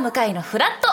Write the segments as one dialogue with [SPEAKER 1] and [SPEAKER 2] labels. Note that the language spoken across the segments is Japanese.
[SPEAKER 1] 向かいのフラット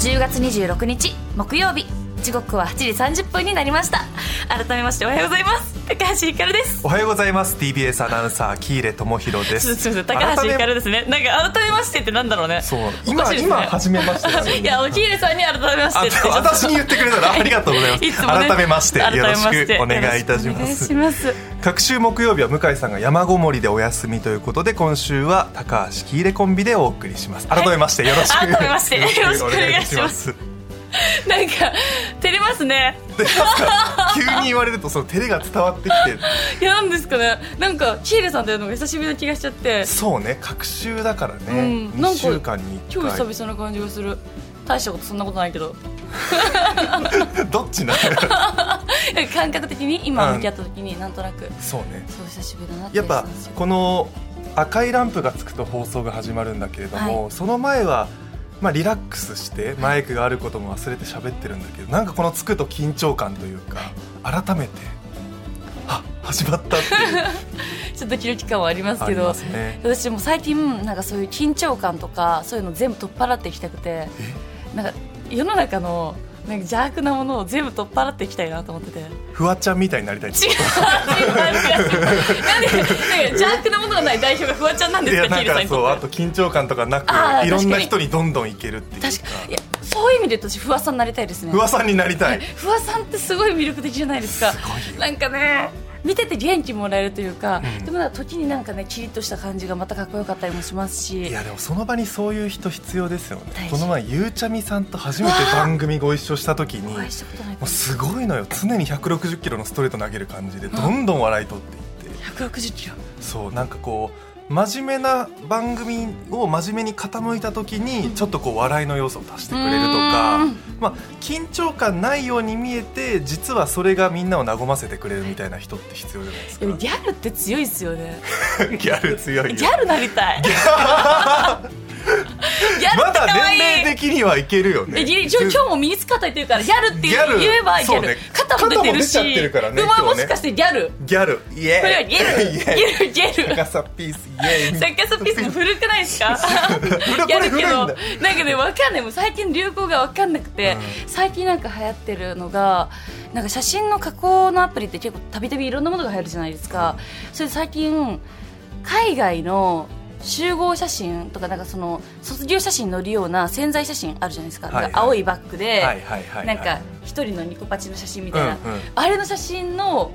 [SPEAKER 1] 10月26日木曜日時刻は8時30分になりました改めましておはようございます高橋ひかるです
[SPEAKER 2] おはようございます TBS アナウンサー喜入智弘で
[SPEAKER 1] ちょっ
[SPEAKER 2] す
[SPEAKER 1] とすみません高橋ひかる
[SPEAKER 2] で
[SPEAKER 1] ですねなんか改めましてってなんだろうね
[SPEAKER 2] そう
[SPEAKER 1] おか
[SPEAKER 2] 今、
[SPEAKER 1] しいですね
[SPEAKER 2] 今初めましてですよ
[SPEAKER 1] いやおひいれさんに改めまして
[SPEAKER 2] あ
[SPEAKER 1] ってちょっと
[SPEAKER 2] 私に言ってくれたらありがとうございます
[SPEAKER 1] いつもね
[SPEAKER 2] 改めましてよろしくお願いいたし
[SPEAKER 1] よろ
[SPEAKER 2] ま
[SPEAKER 1] く
[SPEAKER 2] す
[SPEAKER 1] お願いします
[SPEAKER 2] 各週木曜日は向井さんが山ごもりでお休みということで今週は高橋喜入コンビでお送りします改めましてよろしく、
[SPEAKER 1] はい改めましてよろしくお願いします
[SPEAKER 2] よろしくお願いし
[SPEAKER 1] なんか照れますね
[SPEAKER 2] でなんか急に言われるとその照れが伝わってきて
[SPEAKER 1] いやなんですかねなんかひいれさんとやるのが久しぶりな気がしちゃって
[SPEAKER 2] そうね隔週だから
[SPEAKER 1] う
[SPEAKER 2] ね、
[SPEAKER 1] ん
[SPEAKER 2] 二
[SPEAKER 1] なんか
[SPEAKER 2] 週間に一
[SPEAKER 1] 今日
[SPEAKER 2] 回
[SPEAKER 1] 久々な感じがする大したことそんなことないけど
[SPEAKER 2] どっちなの
[SPEAKER 1] 感覚的に今向き合った時になんとなく
[SPEAKER 2] そうね
[SPEAKER 1] そう久しぶりだなって
[SPEAKER 2] やっぱ
[SPEAKER 1] 感じが
[SPEAKER 2] この赤いランプがつくと放送が始まるんだけれども、その前は、まあ、リラックスしてマイクがあることも忘れて喋ってるんだけどなんかこのつくと緊張感というか改めてあ始まったっていう
[SPEAKER 1] ちょっとドキドキ感はあります
[SPEAKER 2] あ
[SPEAKER 1] け
[SPEAKER 2] り
[SPEAKER 1] ど
[SPEAKER 2] ますね。
[SPEAKER 1] 私も最近なんかそういう緊張感とかそういうの全部取っ払っていきたくてなんか世の中のなんか邪悪なものを全部取っ払っていきたいなと思ってて違う
[SPEAKER 2] フワちゃんみたいになりたいってこ
[SPEAKER 1] なんでなんか邪悪なものがない代表がフワちゃんなん
[SPEAKER 2] と
[SPEAKER 1] で
[SPEAKER 2] い
[SPEAKER 1] す
[SPEAKER 2] や
[SPEAKER 1] か
[SPEAKER 2] な
[SPEAKER 1] ヒ
[SPEAKER 2] ん
[SPEAKER 1] ールさん
[SPEAKER 2] か
[SPEAKER 1] に
[SPEAKER 2] そう
[SPEAKER 1] と
[SPEAKER 2] あ
[SPEAKER 1] って
[SPEAKER 2] と緊張感とかな
[SPEAKER 1] あー
[SPEAKER 2] くいろん
[SPEAKER 1] 確か
[SPEAKER 2] な
[SPEAKER 1] に
[SPEAKER 2] 人にどんどんいけるっていうか
[SPEAKER 1] 確かいやそういう意味で私フワさんになりたいですね
[SPEAKER 2] フワさんになり たい
[SPEAKER 1] フワさんってすごい魅力的じゃないですか
[SPEAKER 2] すごいよ
[SPEAKER 1] なんかね見てて元気もらえるというか、
[SPEAKER 2] うん
[SPEAKER 1] でもなんか時になんかねキリッとした感じがまたかっこよかったりもしますし
[SPEAKER 2] いやでもその場にそういう人必要ですよね
[SPEAKER 1] 大事
[SPEAKER 2] この前ゆうちゃみさんと初めて番組ご一緒した時に
[SPEAKER 1] お
[SPEAKER 2] も
[SPEAKER 1] 会いしたことないか
[SPEAKER 2] う
[SPEAKER 1] ら
[SPEAKER 2] すごいのよ常に160キロのストレート投げる感じでどんどん笑い取っていって
[SPEAKER 1] 160キロ
[SPEAKER 2] そうなんかこう真面目な番組を真面目に傾いた時にちょっとこう笑いの要素を足してくれると
[SPEAKER 1] う
[SPEAKER 2] か
[SPEAKER 1] ーん
[SPEAKER 2] まあ緊張感ないように見えて実はそれがみんなを和ませてくれるみたいな人って必要じゃないです
[SPEAKER 1] で
[SPEAKER 2] か
[SPEAKER 1] もギャルって強いですよね
[SPEAKER 2] ギャル強いよ
[SPEAKER 1] ギャルなりたいギャル
[SPEAKER 2] ま
[SPEAKER 1] って
[SPEAKER 2] だ
[SPEAKER 1] 可愛い
[SPEAKER 2] 年齢的にはいけるよね
[SPEAKER 1] えぎ今日今日もミニスカート言ってるからギャルって
[SPEAKER 2] ギャル
[SPEAKER 1] 言えばギ
[SPEAKER 2] そ
[SPEAKER 1] ャ
[SPEAKER 2] う
[SPEAKER 1] ル、
[SPEAKER 2] ね
[SPEAKER 1] 肩も出てるし
[SPEAKER 2] 肩も出ちゃってるからね
[SPEAKER 1] 馬
[SPEAKER 2] 今
[SPEAKER 1] も
[SPEAKER 2] 日ね
[SPEAKER 1] しかしてギャル
[SPEAKER 2] ギャルイエーイ
[SPEAKER 1] これはギャルギ
[SPEAKER 2] イエーイ
[SPEAKER 1] ャルギャル
[SPEAKER 2] 高さピースイエーイ
[SPEAKER 1] サッカーサピース古くないですか
[SPEAKER 2] 古い
[SPEAKER 1] やるけど
[SPEAKER 2] 古いん
[SPEAKER 1] なん
[SPEAKER 2] だ
[SPEAKER 1] かねわかんないもう最近流行がわかんなくて、最近なんか流行ってるのがなんか写真の加工のアプリって結構たびたびいろんなものが流行るじゃないですかそれで最近海外の集合写真とかなんかその卒業写真に載るような宣材写真あるじゃないですか,、
[SPEAKER 2] はいはい
[SPEAKER 1] 青いバッグで、
[SPEAKER 2] はいはいはいはい
[SPEAKER 1] なんか一人のニコパチの写真みたいな、
[SPEAKER 2] うんうん
[SPEAKER 1] あれの写真の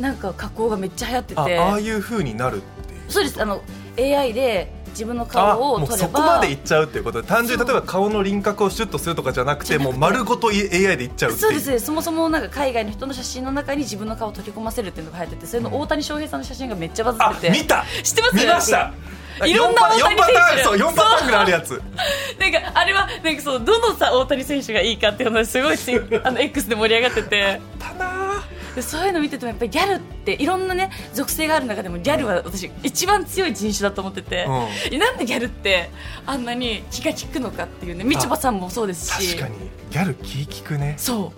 [SPEAKER 1] なんか加工がめっちゃ流行ってて
[SPEAKER 2] あああいう風になるっていう
[SPEAKER 1] そうですあの AI で自分の
[SPEAKER 2] あ
[SPEAKER 1] 顔
[SPEAKER 2] も
[SPEAKER 1] を
[SPEAKER 2] う
[SPEAKER 1] 撮れば
[SPEAKER 2] そこまでいっちゃうっていうことで単純に例えば顔の輪郭をシュッとするとかじゃなくてもう丸ごと AI でいっちゃうって
[SPEAKER 1] そう
[SPEAKER 2] い
[SPEAKER 1] で
[SPEAKER 2] う
[SPEAKER 1] すねそもそもなんか海外の人の写真の中に自分の顔を取り込ませるっていうのが流行っててそれの大谷翔平さんの写真がめっちゃバズ
[SPEAKER 2] あ
[SPEAKER 1] ってて
[SPEAKER 2] 見た
[SPEAKER 1] 知ってます
[SPEAKER 2] 見ました
[SPEAKER 1] いろんな大谷選手
[SPEAKER 2] 四パ四パターンそう四パターンぐらいあるやつ
[SPEAKER 1] なんかあれはなんかそうどのさ大谷選手がいいかっていうのすごい ツイあの X で盛り上がってて
[SPEAKER 2] たな
[SPEAKER 1] でそういうの見ててもやっぱりギャルっていろんなね属性がある中でもギャルは私一番強い人種だと思ってて、なんでギャルってあんなに気が利くのかっていうねみちょぱさんもそうですし
[SPEAKER 2] 確かにギャル気利くね
[SPEAKER 1] そ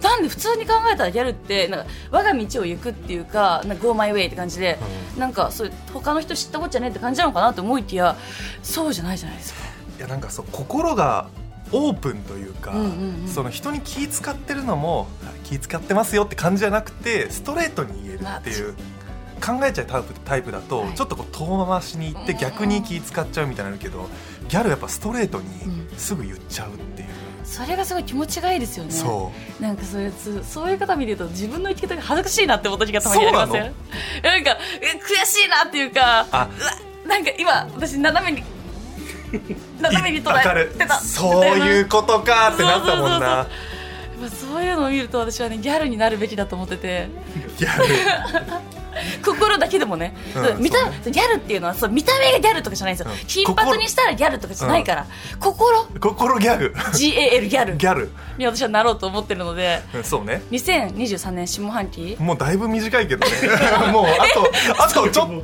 [SPEAKER 1] うなんで普通に考えたらギャルってなんか我が道を行くっていうかなんか Go my way って感じで、なんかそう他の人知ったことじゃねえって感じなのかなと思いきやそうじゃないじゃないですか
[SPEAKER 2] いやなんかそう心がオープンというか、
[SPEAKER 1] うんうんうん
[SPEAKER 2] その人に気使ってるのもあ気使ってますよって感じじゃなくてストレートに言えるっていう、考えちゃうタイプタイプだと、
[SPEAKER 1] はい
[SPEAKER 2] ちょっとこう遠回しに行って
[SPEAKER 1] うん
[SPEAKER 2] 逆に気使っちゃうみたいなのあるけどギャルやっぱストレートに
[SPEAKER 1] う
[SPEAKER 2] すぐ言っちゃうっていう、
[SPEAKER 1] それがすごい気持ちがいいですよね
[SPEAKER 2] そ
[SPEAKER 1] なんかそういうやつそういう方見ると自分の生き方が恥ずかしいなって思った時がたまにありません
[SPEAKER 2] そう
[SPEAKER 1] なんかえ悔しいなっていうか
[SPEAKER 2] あ
[SPEAKER 1] うわなんか今私斜 めに斜めに
[SPEAKER 2] う
[SPEAKER 1] 捉
[SPEAKER 2] わか
[SPEAKER 1] え
[SPEAKER 2] る
[SPEAKER 1] てた
[SPEAKER 2] そういうことかってなったもんな
[SPEAKER 1] やっぱそういうのを見ると私はねギャルになるべきだと思ってて
[SPEAKER 2] ギャル
[SPEAKER 1] 心だけでもね、
[SPEAKER 2] うん
[SPEAKER 1] そう見た
[SPEAKER 2] そうね
[SPEAKER 1] そうギャルっていうのはそう見た目がギャルとかじゃないんですよ、
[SPEAKER 2] うん
[SPEAKER 1] 金髪にしたらギャルとかじゃないから心
[SPEAKER 2] 心ギャル
[SPEAKER 1] GAL ギャル
[SPEAKER 2] ギャル
[SPEAKER 1] に私はなろうと思ってるので
[SPEAKER 2] うんそうね
[SPEAKER 1] 2023年下半期
[SPEAKER 2] もうだいぶ短いけどね もうあとあとちょっと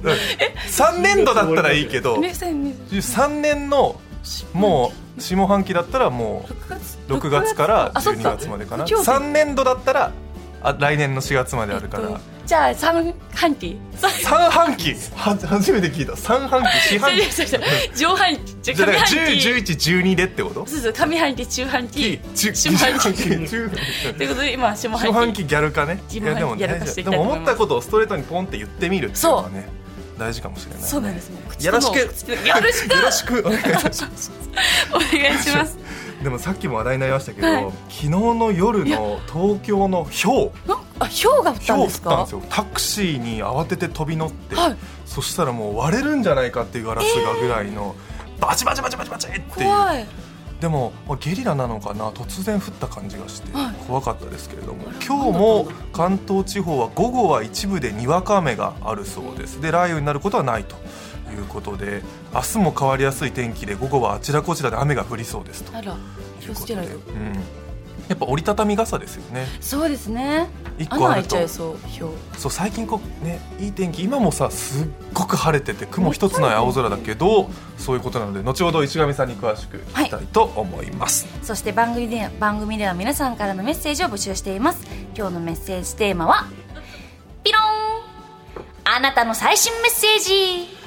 [SPEAKER 2] 3年度だったらいいけど
[SPEAKER 1] 2023
[SPEAKER 2] 3年のもう下半期だったらもう
[SPEAKER 1] 6月
[SPEAKER 2] 6月から
[SPEAKER 1] あそっ
[SPEAKER 2] 12
[SPEAKER 1] か
[SPEAKER 2] 月までかな
[SPEAKER 1] 今日
[SPEAKER 2] 3年度だったらあ来年の4月まであるから、
[SPEAKER 1] えっとじゃあ三半期三
[SPEAKER 2] 三半期は初めて聞いた三半期四 半
[SPEAKER 1] 違う違う違
[SPEAKER 2] 期
[SPEAKER 1] う上半期
[SPEAKER 2] じ
[SPEAKER 1] 上
[SPEAKER 2] ゃあ
[SPEAKER 1] 半期
[SPEAKER 2] 101112でってこと
[SPEAKER 1] そうそう上半期中半期
[SPEAKER 2] 中
[SPEAKER 1] 下半期
[SPEAKER 2] 中
[SPEAKER 1] ということで今下半期
[SPEAKER 2] 初半期ギャル化ね
[SPEAKER 1] 下半期
[SPEAKER 2] も
[SPEAKER 1] ギャル
[SPEAKER 2] 大
[SPEAKER 1] 化し
[SPEAKER 2] 事
[SPEAKER 1] ていきた
[SPEAKER 2] で
[SPEAKER 1] いと思
[SPEAKER 2] も
[SPEAKER 1] います
[SPEAKER 2] 思ったことをストレートにポンって言ってみるっていうのはね大事かもしれない
[SPEAKER 1] そうなんですもう口
[SPEAKER 2] よろしく
[SPEAKER 1] との口とよろしく
[SPEAKER 2] よろしくお願いいたします
[SPEAKER 1] お願いします
[SPEAKER 2] でもさっきも話題になりましたけど、
[SPEAKER 1] はい
[SPEAKER 2] 昨日の夜
[SPEAKER 1] いや
[SPEAKER 2] の東京のひょう
[SPEAKER 1] なんか あ氷が降っ
[SPEAKER 2] ひ
[SPEAKER 1] た
[SPEAKER 2] ょうん降っ
[SPEAKER 1] です
[SPEAKER 2] たん
[SPEAKER 1] か
[SPEAKER 2] ですよタクシーに慌てて飛び乗って、
[SPEAKER 1] はい
[SPEAKER 2] そしたらもう割れるんじゃないかっていうガラスがぐらいの、バチバチバチバチバチっていう
[SPEAKER 1] 怖い
[SPEAKER 2] でもまあゲリラなのかな突然降った感じがして
[SPEAKER 1] はい
[SPEAKER 2] 怖かったですけれども、
[SPEAKER 1] あら
[SPEAKER 2] 今日も関東地方は午後は一部でにわか雨があるそうですで雷雨になることはないということで明日も変わりやすい天気で午後はあちらこちらで雨が降りそうですと
[SPEAKER 1] あら気
[SPEAKER 2] いう
[SPEAKER 1] をつ
[SPEAKER 2] こと
[SPEAKER 1] け
[SPEAKER 2] で、
[SPEAKER 1] な
[SPEAKER 2] う
[SPEAKER 1] い
[SPEAKER 2] ん
[SPEAKER 1] と、
[SPEAKER 2] やっぱ折りたたみ傘ですよね
[SPEAKER 1] そうですね
[SPEAKER 2] 一個
[SPEAKER 1] 穴
[SPEAKER 2] あ
[SPEAKER 1] 開
[SPEAKER 2] る
[SPEAKER 1] い
[SPEAKER 2] と
[SPEAKER 1] ちゃいそう氷
[SPEAKER 2] そう最近こうねいい天気今もさすっごく晴れてて雲一つない青空だけどそういうことなので後ほど石上さんに詳しく聞きたいと思います、
[SPEAKER 1] そして番組で番組では皆さんからのメッセージを募集しています今日のメッセージテーマはピローンあなたの最新メッセージ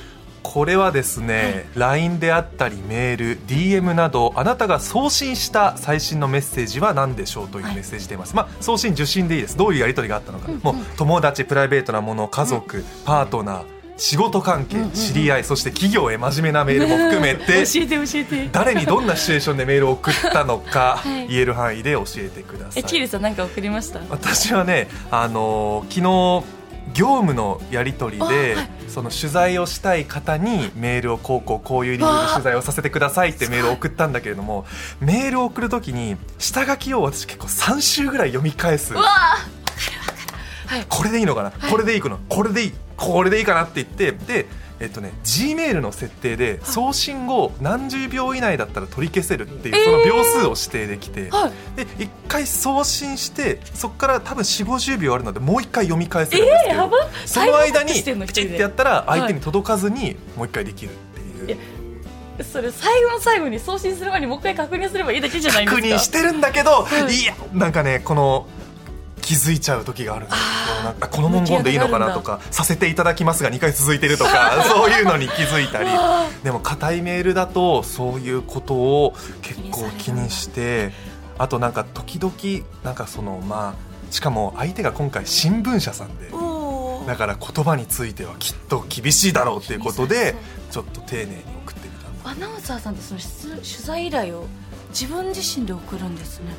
[SPEAKER 2] これはですね、LINE であったりメール DM などあなたが送信した最新のメッセージは何でしょうというメッセージでいます、まあ、送信受信でいいですどういうやり取りがあったのか、
[SPEAKER 1] うんうん
[SPEAKER 2] もう友達プライベートなもの家族、パートナー仕事関係、
[SPEAKER 1] うんうんうん
[SPEAKER 2] 知り合いそして企業へ真面目なメールも含めて
[SPEAKER 1] 教えて教えて
[SPEAKER 2] 誰にどんなシチュエーションでメールを送ったの か、
[SPEAKER 1] はい
[SPEAKER 2] 言える範囲で教えてくださ
[SPEAKER 1] え
[SPEAKER 2] い
[SPEAKER 1] キールさんなんか送りました
[SPEAKER 2] 私はね、あのー昨日業務のやり取りで、
[SPEAKER 1] あはい
[SPEAKER 2] その取材をしたい方にメールをこうこうこういう理由で取材をさせてくださいってメールを送ったんだけれどもメールを送るときに下書きを私結構3週ぐらい読み返す
[SPEAKER 1] うわあ
[SPEAKER 2] これでいいのかな、これでいいかなこれでいいこれでいいかなって言ってでえっとね G メールの設定で送信後何十秒以内だったら取り消せるっていうその秒数を指定できて、
[SPEAKER 1] はい
[SPEAKER 2] で一回送信してそこから多分4 5 0秒あるのでもう一回読み返せ
[SPEAKER 1] え
[SPEAKER 2] るんです
[SPEAKER 1] ー、
[SPEAKER 2] けど、
[SPEAKER 1] やば
[SPEAKER 2] その間
[SPEAKER 1] タイムアップ
[SPEAKER 2] に
[SPEAKER 1] してんの
[SPEAKER 2] プチっ
[SPEAKER 1] 一人
[SPEAKER 2] て
[SPEAKER 1] で
[SPEAKER 2] やったら相手に届かずにもう一回できるっていう、
[SPEAKER 1] それ最後の最後に送信する前にもう一回確認すればいいだけじゃないんです
[SPEAKER 2] 確
[SPEAKER 1] か
[SPEAKER 2] 認してるんだけど、、
[SPEAKER 1] はいい
[SPEAKER 2] やなんかねこの気づいちゃう時があるんです
[SPEAKER 1] あー
[SPEAKER 2] なんかこの文言でいいのかなとか「させていただきます」が2回続いてると かそういうのに気づいたり
[SPEAKER 1] わ
[SPEAKER 2] でも硬いメールだとそういうことを結構気にしてあとなんか時々なんかそのまあしかも相手が今回新聞社さんで
[SPEAKER 1] あおー
[SPEAKER 2] だから言葉についてはきっと厳しいだろうっていうことでちょっと丁寧に送ってみたんだ
[SPEAKER 1] アナウンサーさんってその出取材依頼を自分自身で送るんですね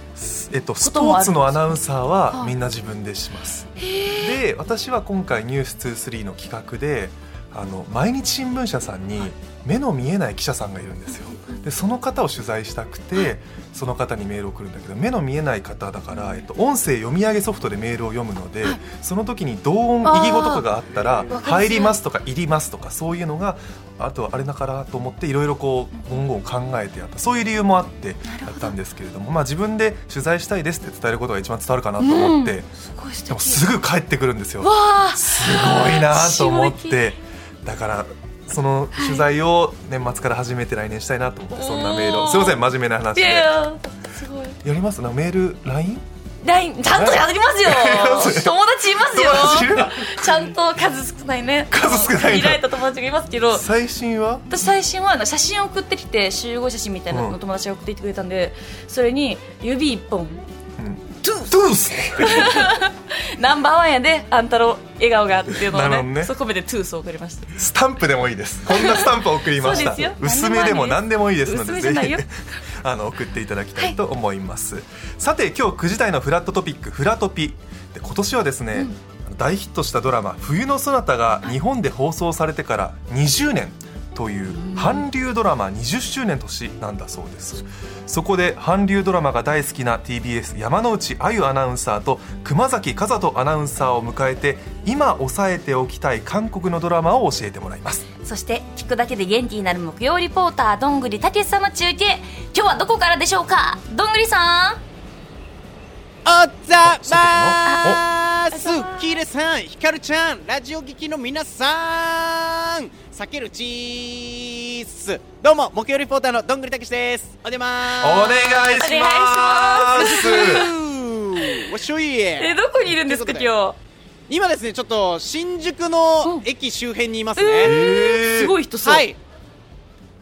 [SPEAKER 2] えっと、ス
[SPEAKER 1] こ
[SPEAKER 2] ポ
[SPEAKER 1] とも
[SPEAKER 2] ー
[SPEAKER 1] ある
[SPEAKER 2] ツ
[SPEAKER 1] んですね
[SPEAKER 2] のアナウンサーは
[SPEAKER 1] はい
[SPEAKER 2] みんな自分でします。で私は今回「ニュース2 3の企画であの毎日新聞社さんに目の見えない記者さんがいるんですよ。でその方を取材したくてその方にメールを送るんだけど目の見えない方だから、えっと、音声読み上げソフトでメールを読むのでその時に同音異義語とかがあったら
[SPEAKER 1] ーわ
[SPEAKER 2] 「
[SPEAKER 1] かりやすい
[SPEAKER 2] 入ります」とか「入ります」とかそういうのがあとはあれだからと思っていろいろこう文言を考えてやったそういう理由もあって
[SPEAKER 1] なる
[SPEAKER 2] や
[SPEAKER 1] ほ
[SPEAKER 2] っ
[SPEAKER 1] ど
[SPEAKER 2] たんですけれども、まあ、自分で取材したいですって伝えることが一番伝わるかなと思って、
[SPEAKER 1] うんすごい素敵
[SPEAKER 2] でもすぐ帰ってくるんですよ
[SPEAKER 1] わあ
[SPEAKER 2] すごいなと思って だからその取材を年末から始めて来年したいなと思って、そんなメール
[SPEAKER 1] お
[SPEAKER 2] を
[SPEAKER 1] ー
[SPEAKER 2] すいません真面目な話
[SPEAKER 1] い
[SPEAKER 2] で
[SPEAKER 1] やい
[SPEAKER 2] や
[SPEAKER 1] やすごい
[SPEAKER 2] りますなメール LINE?
[SPEAKER 1] ラインちゃんとやりますよ友達いますよ
[SPEAKER 2] 友達いる
[SPEAKER 1] ちゃんと数少ないね
[SPEAKER 2] 数少ないな
[SPEAKER 1] 限られた友達がいますけど
[SPEAKER 2] 最新は
[SPEAKER 1] 私最新はあの写真を送ってきて集合写真みたいなの
[SPEAKER 2] う
[SPEAKER 1] を
[SPEAKER 2] ん
[SPEAKER 1] 友達が送ってきてくれたんでそれに指一本
[SPEAKER 2] うんトゥートゥース
[SPEAKER 1] ナンバーワンやであんたの笑顔がっていうのを
[SPEAKER 2] なる
[SPEAKER 1] ね
[SPEAKER 2] ほどね
[SPEAKER 1] そこまでトゥースを送りました
[SPEAKER 2] スタンプでもいいですこんなスタンプを送りました
[SPEAKER 1] そうですよ
[SPEAKER 2] 薄めでも何
[SPEAKER 1] 何
[SPEAKER 2] でもいいですの
[SPEAKER 1] 薄
[SPEAKER 2] で
[SPEAKER 1] めじゃないよ
[SPEAKER 2] ぜひあの送っていただきたいと思います、さて今日9時台のフラットトピック「フラトピ」で今年はですね、大ヒットしたドラマ「冬のソナタ」が日本で放送されてから20年という韓流ドラマ20周年年なんだそうですそこで韓流ドラマが大好きな TBS 山内あゆアナウンサーと熊崎和人アナウンサーを迎えて今押さえておきたい韓国のドラマを教えてもらいます
[SPEAKER 1] そして聞くだけで元気になる木曜リポーターどんぐりたけしさんの中継今日はどこからでしょうかどんぐりさん
[SPEAKER 3] おざま
[SPEAKER 1] あ
[SPEAKER 3] ー
[SPEAKER 1] そうなのあ
[SPEAKER 3] すキールさん、ひかるちゃん、ラジオ劇の皆さん、避けるチーですどうも木曜リポーターのどんぐりたけしですおでま
[SPEAKER 2] お
[SPEAKER 3] ー
[SPEAKER 2] 願いします
[SPEAKER 3] すおっしょい
[SPEAKER 1] えどこにいるんですか
[SPEAKER 3] と
[SPEAKER 1] 今
[SPEAKER 3] いう
[SPEAKER 1] 日
[SPEAKER 3] 今ですねちょっと新宿の駅周辺にいますね、
[SPEAKER 2] えー
[SPEAKER 1] すごい人そう、
[SPEAKER 3] はい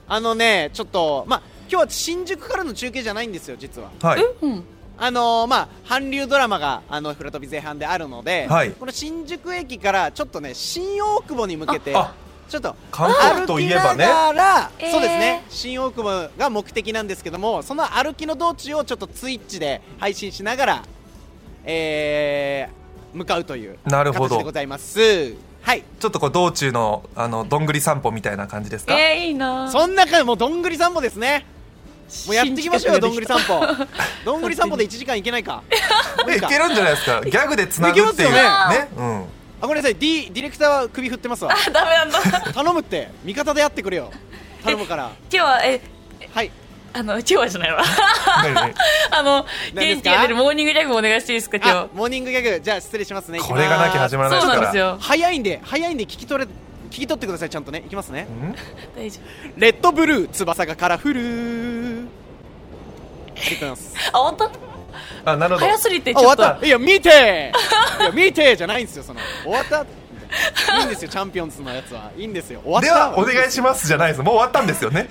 [SPEAKER 3] あのねちょっとまあ今日は新宿からの中継じゃないんですよ実は
[SPEAKER 2] はい
[SPEAKER 1] えうん
[SPEAKER 3] あのーまあ韓流ドラマがあのフラ飛び前半であるので、
[SPEAKER 2] はい
[SPEAKER 3] この新宿駅からちょっとね新大久保に向けて
[SPEAKER 2] あ
[SPEAKER 3] ちょっと
[SPEAKER 2] 韓国といえば
[SPEAKER 3] 歩
[SPEAKER 2] ね
[SPEAKER 3] きながら、
[SPEAKER 1] えー
[SPEAKER 3] そうですね新大久保が目的なんですけどもその歩きの道中をちょっとツイッチで配信しながら、えー向かうという
[SPEAKER 2] なるほど
[SPEAKER 3] 形でございますはい
[SPEAKER 2] ちょっとこう道中のあのどんぐり散歩みたいな感じですか、
[SPEAKER 1] えー、いいな
[SPEAKER 3] そん中でもうどんぐり散歩ですねもうやっていきましょうよどんぐり散
[SPEAKER 1] 歩
[SPEAKER 3] 歩どんぐり散歩で1時間いけないか
[SPEAKER 2] えいけるんじゃないで すかギャグでつなぐっていう
[SPEAKER 3] い
[SPEAKER 2] ね
[SPEAKER 3] け
[SPEAKER 2] う
[SPEAKER 3] あ
[SPEAKER 2] ん
[SPEAKER 3] ごめんなさい、D、ディレクターは首振ってますわ
[SPEAKER 1] あ ダメなんだ今
[SPEAKER 3] 頼むって味方でやってくれよ頼むから
[SPEAKER 1] 日はえ
[SPEAKER 3] はい
[SPEAKER 1] あの今日はじゃないわ
[SPEAKER 2] ねえね
[SPEAKER 1] あの
[SPEAKER 3] 何ですか
[SPEAKER 1] 元気が出るモーニングギャグお願いしていいですか今
[SPEAKER 3] あモーニングギャグじゃあ失礼しますね
[SPEAKER 2] えこれがなきゃ始まら
[SPEAKER 1] 日
[SPEAKER 2] ないで
[SPEAKER 1] そう
[SPEAKER 2] すから
[SPEAKER 1] なんですよ
[SPEAKER 3] 早いんで早いんで聞き取れ聞き取ってくださいちゃんとねいきますね
[SPEAKER 2] ん
[SPEAKER 1] 大丈
[SPEAKER 3] レッドブルー翼がカラフルーありがとうございます
[SPEAKER 1] 夫あ終わっ
[SPEAKER 2] あ
[SPEAKER 1] た
[SPEAKER 2] なるほど
[SPEAKER 1] 早すぎて
[SPEAKER 3] あ
[SPEAKER 1] ち
[SPEAKER 3] 終
[SPEAKER 1] ょ
[SPEAKER 3] わ
[SPEAKER 1] っ
[SPEAKER 3] っ
[SPEAKER 1] と
[SPEAKER 3] たいや見ていや見てじゃないんですよその終わったいいんですよチャンピオンズのやつはいいんですよ終わった
[SPEAKER 2] ではお願いしますじゃないですもう終わったんです よね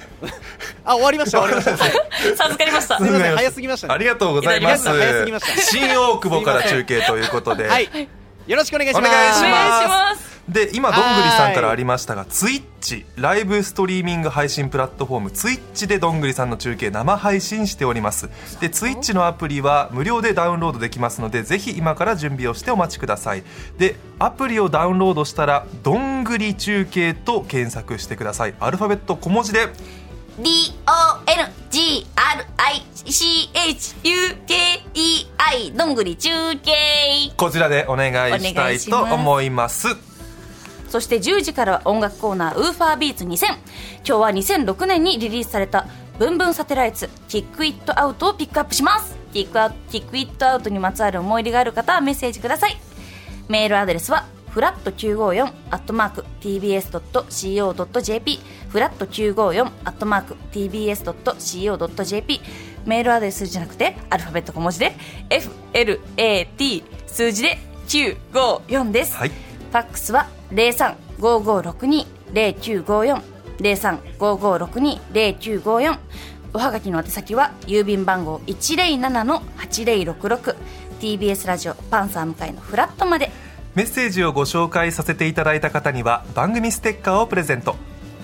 [SPEAKER 3] あ終わりました終わり ましたはい
[SPEAKER 1] 授かりま した
[SPEAKER 3] すいません早すぎましたね
[SPEAKER 2] ありがとうございます
[SPEAKER 3] いや皆さん早すぎました
[SPEAKER 2] 新大久保から中継ということで、
[SPEAKER 3] はいよろしくお願いします
[SPEAKER 2] お願い
[SPEAKER 1] お
[SPEAKER 2] し
[SPEAKER 1] 願いし
[SPEAKER 2] ま
[SPEAKER 1] ます
[SPEAKER 2] で今どんぐりさんからありましたがツイッチライブストリーミング配信プラットフォームツイッチでどんぐりさんの中継生配信しておりますでツイッチのアプリは無料でダウンロードできますのでぜひ今から準備をしてお待ちくださいでアプリをダウンロードしたら「どんぐり中継」と検索してくださいアルファベット小文字で
[SPEAKER 1] D-O-N-G-R-I-C-H-U-K-E-I どんぐり中継
[SPEAKER 2] こちらでお願いしたいと思います
[SPEAKER 1] そして10時からは音楽コーナーウーファービーツ2000今日は2006年にリリースされたブンブンサテライツキックイットアウトをピックアップしますキックアウトキックイットアウトにまつわる思い出がある方はメッセージくださいメールアドレスはフラット954アットマーク tbs.co.jp フラット954アットマーク tbs.co.jp メールアドレスじゃなくてアルファベット小文字で flat 数字で954です、
[SPEAKER 2] はい
[SPEAKER 1] ファックスは零三五五六二零九五四零三五五六二零九五四おはがきの宛先は郵便番号一零七の八零六六 TBS ラジオパンサー向かいのフラットまで
[SPEAKER 2] メッセージをご紹介させていただいた方には番組ステッカーをプレゼント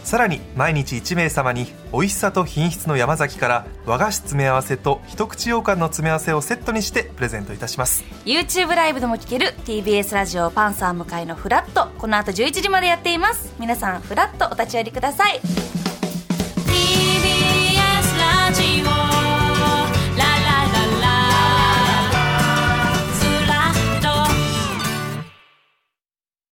[SPEAKER 2] さらに毎日1名様に美味しさと品質の山崎から和菓子詰め合わせと一口羊羹の詰め合わせをセットにしてプレゼントいたします
[SPEAKER 1] YouTube ライブでも聴ける TBS ラジオパンサー向かいのフラットこの後11時までやっています皆さんフラットお立ち寄りください